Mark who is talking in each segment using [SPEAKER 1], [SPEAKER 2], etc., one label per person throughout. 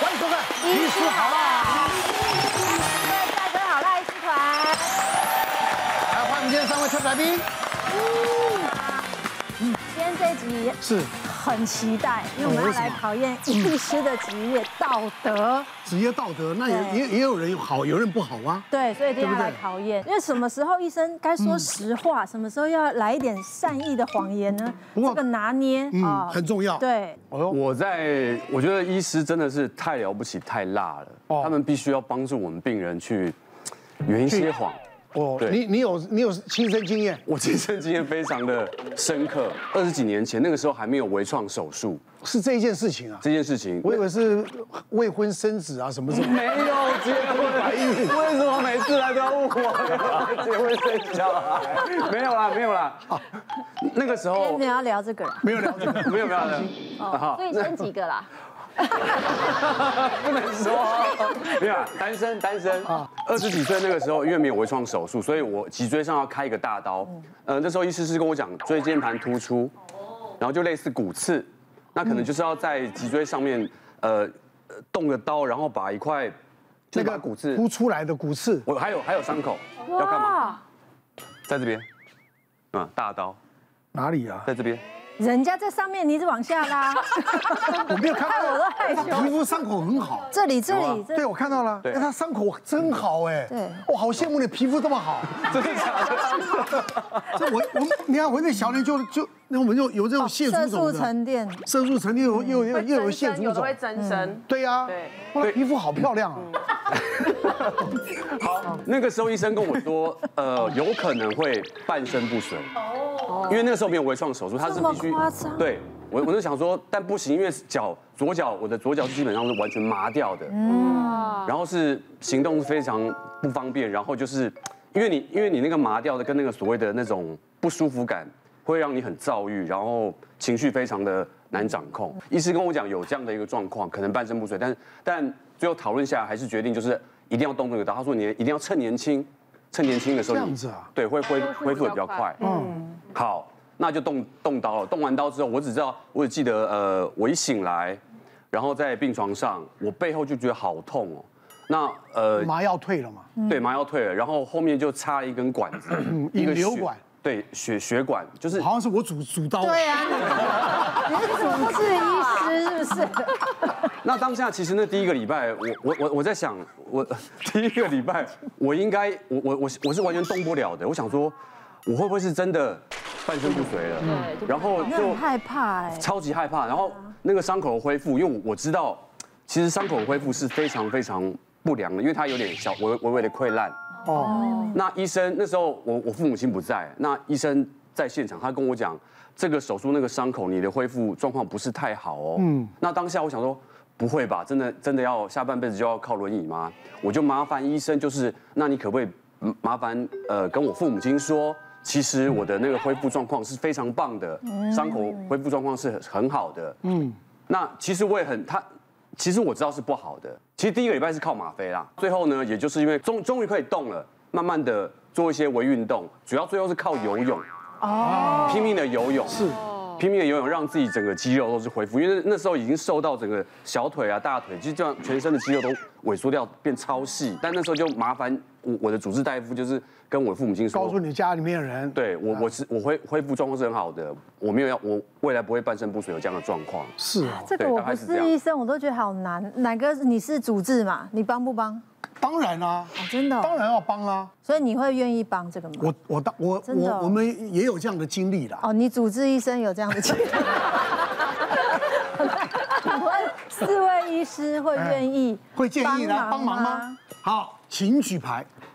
[SPEAKER 1] 医师好啦！
[SPEAKER 2] 大家好啦，医师团。
[SPEAKER 1] 来，欢迎我们今天三位特别来宾。
[SPEAKER 2] 今天这一集
[SPEAKER 1] 是
[SPEAKER 2] 很期待，因为我们要来考验医师的职业道德。
[SPEAKER 1] 职业道德，那
[SPEAKER 2] 对
[SPEAKER 1] 也也也有人好，有人不好啊。
[SPEAKER 2] 对，所以今天
[SPEAKER 1] 对
[SPEAKER 2] 要
[SPEAKER 1] 不对
[SPEAKER 2] 来考验，因为什么时候医生该说实话，什么时候要来一点善意的谎言呢？
[SPEAKER 1] 不过
[SPEAKER 2] 这个拿捏
[SPEAKER 1] 嗯，
[SPEAKER 2] 啊
[SPEAKER 1] 很重要。
[SPEAKER 2] 对，
[SPEAKER 3] 我在我觉得医师真的是太了不起、太辣了，
[SPEAKER 4] 哦
[SPEAKER 3] 他们必须要帮助我们病人去圆一些谎。
[SPEAKER 4] 哦，
[SPEAKER 3] 对
[SPEAKER 1] 你你有你有亲身经验？
[SPEAKER 3] 我亲身经验非常的深刻，二十几年前那个时候还没有微创手术
[SPEAKER 1] 是这一件事情啊？
[SPEAKER 3] 这件事情，
[SPEAKER 1] 我以为是未婚生子啊，什么什么。
[SPEAKER 3] 没有结婚，怀孕，为什么每次来都要问我结婚生小孩？没有啦，没有啦，那个时
[SPEAKER 2] 今
[SPEAKER 3] 候
[SPEAKER 2] 天要聊这个啦。
[SPEAKER 3] 没有聊这个，没有没有没有，啊
[SPEAKER 5] 所以生几个啦？
[SPEAKER 3] 不能说， 没有啊，单身单身啊，二十几岁那个时候，因为没有微创手术，所以我脊椎上要开一个大刀。呃，那时候医师是跟我讲椎间盘突出，然后就类似骨刺，那可能就是要在脊椎上面呃呃动个刀，然后把一块就是把骨刺，
[SPEAKER 1] 凸出来的骨刺，
[SPEAKER 3] 我还有还有伤口要干嘛？在这边，嗯，大刀
[SPEAKER 1] 哪里啊？
[SPEAKER 3] 在这边，
[SPEAKER 2] 人家在上面，你一直往下拉，
[SPEAKER 1] 我没有看
[SPEAKER 2] 害
[SPEAKER 1] 到
[SPEAKER 2] 我都，害 羞。
[SPEAKER 1] 皮肤伤口很好。
[SPEAKER 2] 这里，这里，
[SPEAKER 1] 对，
[SPEAKER 2] 这里，
[SPEAKER 1] 我看到了。
[SPEAKER 3] 对
[SPEAKER 1] 哎，他伤口真好哎。
[SPEAKER 2] 对
[SPEAKER 1] 我好羡慕你皮肤这么 好。
[SPEAKER 3] 真的假的？
[SPEAKER 1] 这我我们你看我那小脸就就那我们就有这
[SPEAKER 5] 哦
[SPEAKER 1] 种蟹足
[SPEAKER 2] 色素
[SPEAKER 1] 肿的，
[SPEAKER 2] 沉淀，
[SPEAKER 1] 色素沉淀又又又又有蟹足
[SPEAKER 5] 有的
[SPEAKER 1] 肿
[SPEAKER 5] 会，增生。
[SPEAKER 1] 对呀、啊
[SPEAKER 5] 对，
[SPEAKER 1] 哇，皮肤好漂亮啊，
[SPEAKER 3] 那个时候医生跟我说，呃，有可能会半身不遂。因为那个时候没有微创手术，他是
[SPEAKER 2] 哦这么
[SPEAKER 3] 必须
[SPEAKER 2] 夸张
[SPEAKER 3] 对我我就想说，但不行，因为脚左脚我的左脚是基本上是完全麻掉的，
[SPEAKER 2] 嗯
[SPEAKER 3] 然后是行动非常不方便，然后就是因为你因为你那个麻掉的跟那个所谓的那种不舒服感，会让你很躁郁，然后情绪非常的难掌控。医师跟我讲有这样的一个状况，可能半身不遂，但但最后讨论下来还是决定就是一定要动这个刀。他说你一定要趁年轻，趁年轻的时候你
[SPEAKER 1] 这样子啊
[SPEAKER 3] 对会恢恢复的比较快，嗯，好，那就动动刀了。动完刀之后，我只知道，我只记得，呃，我一醒来，然后在病床上，我背后就觉得好痛哦。那呃，
[SPEAKER 1] 麻药退了嘛，
[SPEAKER 3] 对，麻药退了，然后后面就插了一根管 子，
[SPEAKER 1] 引流
[SPEAKER 3] 血
[SPEAKER 1] 管，
[SPEAKER 3] 对，血血管，就是
[SPEAKER 1] 好像是我主主刀，
[SPEAKER 2] 对啊，你你是主治医师是不是？
[SPEAKER 3] 那当下其实那第一个礼拜，我我我我在想，我 第一个礼拜我应该我我我是我是完全动不了的。我想说，我会不会是真的半身不遂了？然后
[SPEAKER 2] 那很
[SPEAKER 3] 就
[SPEAKER 2] 害怕哎。
[SPEAKER 3] 超级害怕，然后那个伤口恢复，因为我知道，其实伤口恢复是非常非常不良的，因为它有点小微微微的溃烂。哦，那医生那时候我我父母亲不在，那医生在现场，他跟我讲，这个手术那个伤口你的恢复状况不是太好哦。嗯，那当下我想说。不会吧？真的真的要下半辈子就要靠轮椅吗？我就麻烦医生，就是那你可不可以嗯麻烦呃跟我父母亲说，其实我的那个恢复状况是非常棒的，伤口恢复状况是很很好的。嗯，那其实我也很他，其实我知道是不好的。其实第一个礼拜是靠吗啡啦，最后呢，也就是因为终终于可以动了，慢慢的做一些微运动，主要最后是靠游泳，哦，拼命的游泳是。拼命的游泳，让自己整个肌肉都是恢复，因为那时候已经受到整个小腿啊、大腿，就这样全身的肌肉都萎缩掉，变超细。但那时候就麻烦我我的主治大夫，就是跟我父母亲说，
[SPEAKER 1] 告诉你家里面的人，
[SPEAKER 3] 对我，我是我恢恢复状况是很好的，我没有要我未来不会半身不遂有这样的状况。
[SPEAKER 1] 是哦，
[SPEAKER 2] 这个
[SPEAKER 3] 对
[SPEAKER 2] 我
[SPEAKER 3] 大概
[SPEAKER 2] 不
[SPEAKER 3] 是这
[SPEAKER 2] 是
[SPEAKER 3] 样
[SPEAKER 2] 医生，我都觉得好难。哪个你是主治嘛？你帮不帮？哦
[SPEAKER 1] 当然啦、
[SPEAKER 2] 真的哦、
[SPEAKER 1] 当然要帮啦、啊
[SPEAKER 2] 所以你会愿意帮这个吗？
[SPEAKER 1] 我我当我
[SPEAKER 2] 真的哦
[SPEAKER 1] 我我们也有这样的经历啦，
[SPEAKER 2] 哦，你主治医生有这样的经验。请问四位医师会愿意
[SPEAKER 1] 哎会建议来帮忙吗？？好，请举牌，
[SPEAKER 2] 啊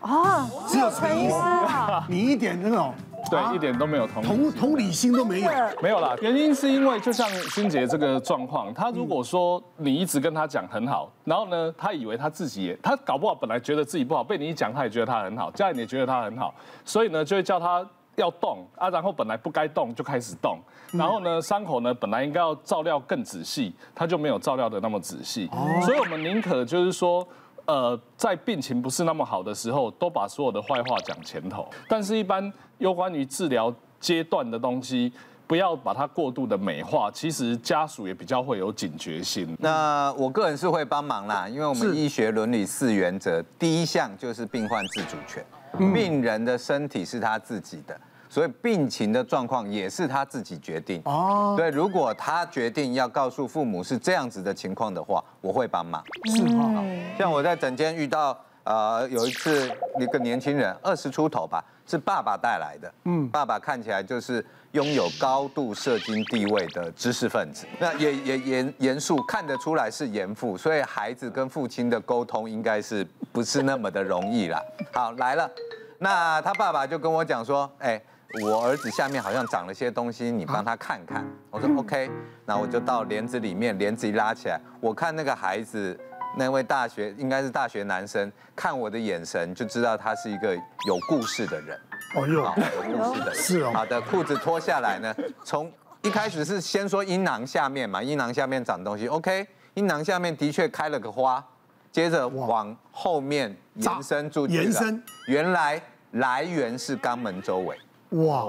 [SPEAKER 2] 哦，
[SPEAKER 1] 只有陈医师
[SPEAKER 2] 啊，
[SPEAKER 1] 你一点那种啊
[SPEAKER 4] 对，一点都没有同理
[SPEAKER 1] 同同理心都没有，
[SPEAKER 4] 没有啦，原因是因为就像欣姐这个状况，她如果说你一直跟她讲很好，然后呢，她以为她自己也，她搞不好本来觉得自己不好，被你一讲，她也觉得她很好，家人也觉得她很好，所以呢，就会叫她要动啊，然后本来不该动就开始动，然后呢，伤口呢本来应该要照料更仔细，她就没有照料的那么仔细，所以我们宁可就是说。呃，在病情不是那么好的时候，都把所有的坏话讲前头。但是，一般有关于治疗阶段的东西，不不要把它过度的美化，其实家属也比较会有警觉心。
[SPEAKER 5] 那我个人是会帮忙啦，因为我
[SPEAKER 1] 嗯是
[SPEAKER 5] 们医学伦理四原则，第一项就是病患自主权，
[SPEAKER 1] 嗯
[SPEAKER 5] 病人的身体是他自己的。所以病情的状况也是他自己决定
[SPEAKER 1] 哦
[SPEAKER 5] 哦。对，如果他决定要告诉父母是这样子的情况的话，我会帮忙。
[SPEAKER 1] 是哈，
[SPEAKER 5] 像我在诊间遇到，呃，有一次一个年轻人，二十出头吧，是爸爸带来的。嗯，爸爸看起来就是拥有高度社经地位的知识分子，那也也严严肃，看得出来是严父，所以孩子跟父亲的沟通应该是不是那么的容易啦。 好，来了，那他爸爸就跟我讲说，哎。我儿子下面好像长了些东西，你帮他看看。我说 OK，那我就到帘子里面，帘子一拉起来，我看那个孩子那位大学应该是大学男生，看我的眼神就知道他是一个有故事的人，
[SPEAKER 1] 哦哟
[SPEAKER 5] 啊，，有故事的人。
[SPEAKER 1] 是哦
[SPEAKER 5] 好的，裤子脱下来呢，从一开始是先说阴囊下面嘛，阴囊下面长东西，OK，阴囊下面的确开了个花，接着往后面延伸出去了
[SPEAKER 1] 延伸，
[SPEAKER 5] 原来来源是肛门周围。
[SPEAKER 1] 哇，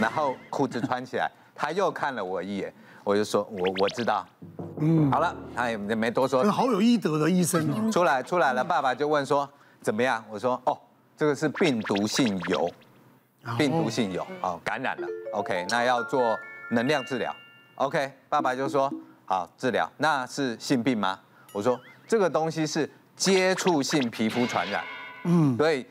[SPEAKER 5] 然后裤子穿起来，他又看了我一眼，我就说我我知道，嗯，好了，他也没多说，
[SPEAKER 1] 好有医德的医生哦，
[SPEAKER 5] 出来出来了，爸爸就问说怎么样？我说哦，这个是病毒性疣，
[SPEAKER 1] 啊
[SPEAKER 5] 病毒性疣哦，感染了。OK，那要做能量治疗。OK，爸爸就说好治疗，那是性病吗？我说这个东西是接触性皮肤传染。嗯，所以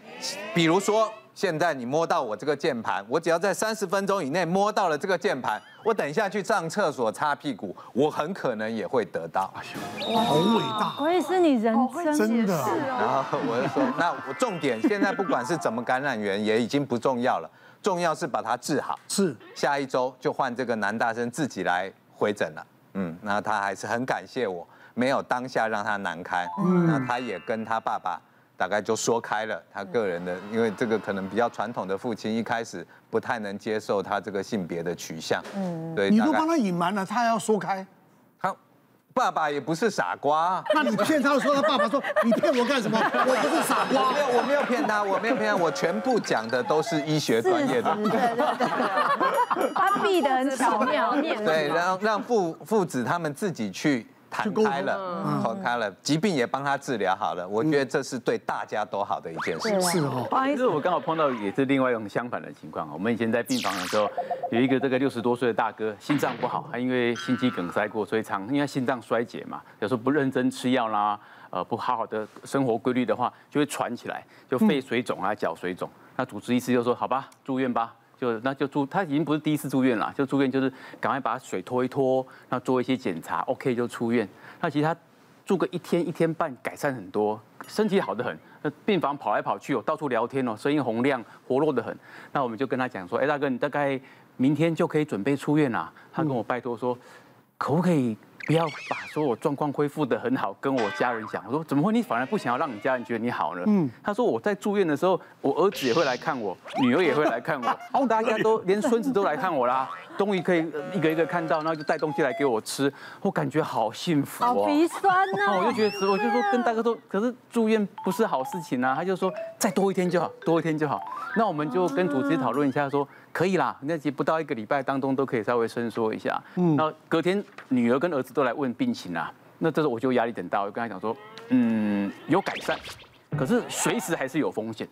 [SPEAKER 5] 比如说现在你摸到我这个键盘，我只要在三十分钟以内摸到了这个键盘，我等一下去上厕所擦屁股，我很可能也会得到。
[SPEAKER 1] 好伟大，
[SPEAKER 2] 我也是你人真
[SPEAKER 1] 哦真的，啊
[SPEAKER 5] 然后我就说， 那我重点现在不管是怎么感染源，也已经不重要了，重要是把它治好。
[SPEAKER 1] 是
[SPEAKER 5] 下一周就换这个男大生自己来回诊了。嗯，那他还是很感谢我，没有当下让他难堪。嗯，那他也跟他爸爸大概就说开了他个人的，因为这个可能比较传统的父亲一开始不太能接受他这个性别的取向。嗯，对，
[SPEAKER 1] 你
[SPEAKER 5] 大
[SPEAKER 1] 都
[SPEAKER 5] 概
[SPEAKER 1] 帮他隐瞒了，他还要说开。
[SPEAKER 5] 他爸爸也不是傻瓜啊、
[SPEAKER 1] 那你骗他的时候，他爸爸说：“你骗我干什么？我不是傻
[SPEAKER 5] 我
[SPEAKER 1] 瓜。
[SPEAKER 5] 没有，我没有骗他，我没有骗他，我全部讲的都是医学专业的。
[SPEAKER 2] 他避得很巧妙，
[SPEAKER 5] 对，让让父父子他们自己去谈开了，嗯谈开了，疾病也帮他治疗好了。我觉得这是对大家都好的一件事。”
[SPEAKER 1] 是哦，
[SPEAKER 2] 不好意
[SPEAKER 6] 其
[SPEAKER 2] 思，
[SPEAKER 6] 实我刚好碰到也是另外一种相反的情况。我们以前在病房的时候，有一个这个六十多岁的大哥，心脏不好，他因为心肌梗塞过，所以常因为他心脏衰竭嘛，有时候不认真吃药啦，呃，不好好的生活规律的话，就会喘起来，就肺水肿啊，脚水肿。那主治医师就说：“好吧，住院吧。”就那就住，他已经不是第一次住院了，就住院就是赶快把水拖一拖，那做一些检查，OK 就出院。那其实他住个一天一天半，改善很多，身体好得很。那病房跑来跑去哦，到处聊天哦，声音洪亮，活络得很。那我们就跟他讲说，哎，大哥，你大概明天就可以准备出院啦。他跟我拜托说，可不可以不要把说我状况恢复得很好跟我家人讲？我说怎么会？你反而不想要让你家人觉得你好呢？嗯，他说我在住院的时候，我儿子也会来看我，女儿也会来看我，哦大家都连孙子都来看我啦。终于可以呃一个一个看到，然后就带东西来给我吃，我感觉好幸福哦。
[SPEAKER 2] 好鼻酸
[SPEAKER 6] 然后我
[SPEAKER 2] 呐
[SPEAKER 6] 就。觉得，我就说跟大哥说，可是住院不是好事情啊。他就说再多一天就好，多一天就好。那我们就跟主持人讨论一下，说可以啦，那其实不到一个礼拜当中都可以稍微伸缩一下。嗯，然后隔天女儿跟儿子都来问病情啊，那这时候我就压力很大，我就跟他讲说，嗯，有改善。可是随时还是有风险，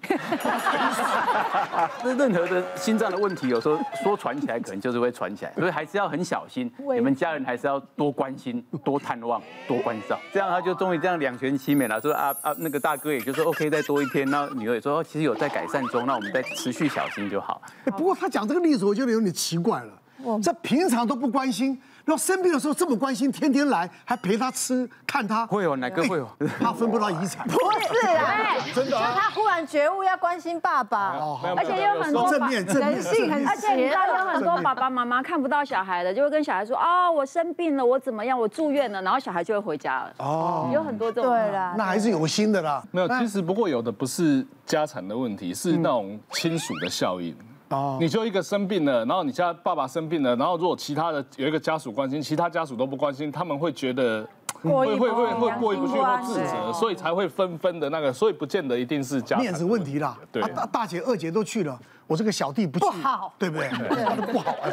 [SPEAKER 6] 那 任何的心脏的问题，有时候说传起来可能就是会传起来，所以还是要很小心。
[SPEAKER 2] 喂
[SPEAKER 6] 你们家人还是要多关心、多探望、多关照，这样他就终于这样两全其美了。说啊啊，那个大哥也就说 OK，再多一天，那女儿也说哦其实有在改善中，那我们再持续小心就好。
[SPEAKER 1] 哎不过他讲这个例子，我觉得有点奇怪了。这平常都不关心，然后生病的时候这么关心，天天来，还陪他吃，看他，
[SPEAKER 6] 会有哪个 会有？
[SPEAKER 1] 怕分不到遗产。
[SPEAKER 2] 不是 啦，真的，啊哦他忽然觉悟要关心爸爸，
[SPEAKER 4] 没有
[SPEAKER 7] 而且有很多
[SPEAKER 1] 哦正面正面
[SPEAKER 7] 人性很而且你知道有很多爸爸妈妈看不到小孩的，就会跟小孩说啊、我生病了，我怎么样，我住院了，然后小孩就会回家了。哦，有很多这种。
[SPEAKER 2] 对。啦，
[SPEAKER 1] 那还是有心的啦。
[SPEAKER 4] 没有，其实不过有的不是家产的问题，是那种亲属的效应。
[SPEAKER 1] 哦
[SPEAKER 6] 嗯
[SPEAKER 4] 哦，你就一个生病了，然后你家爸爸生病了，然后如果其他的有一个家属关心，其他家属都不关心，他们会觉得
[SPEAKER 2] 过
[SPEAKER 4] 会
[SPEAKER 2] 意
[SPEAKER 4] 会
[SPEAKER 2] 不
[SPEAKER 4] 会
[SPEAKER 2] 去啊
[SPEAKER 4] 会过意不去，会
[SPEAKER 2] 良
[SPEAKER 4] 自
[SPEAKER 2] 心安
[SPEAKER 4] 责，所以才会纷纷的那个，所以不见得一定是家
[SPEAKER 1] 面子问题啦。
[SPEAKER 4] 对
[SPEAKER 1] 啊，大大姐、二姐都去了，我这个小弟不去，
[SPEAKER 2] 不好
[SPEAKER 1] 对不对？他都不好，啊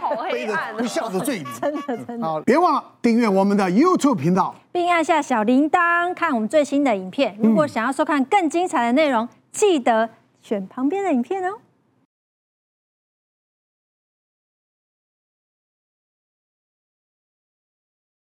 [SPEAKER 7] 好
[SPEAKER 1] 背
[SPEAKER 7] 黑暗
[SPEAKER 1] 着
[SPEAKER 7] 哦
[SPEAKER 1] 一。下子罪名。
[SPEAKER 2] 真的真的，
[SPEAKER 1] 好，别忘了订阅我们的 YouTube 频道。
[SPEAKER 2] 并按下小铃铛看我们最新的影片。如果想要收看更精彩的内容，记得选旁边的影片哦。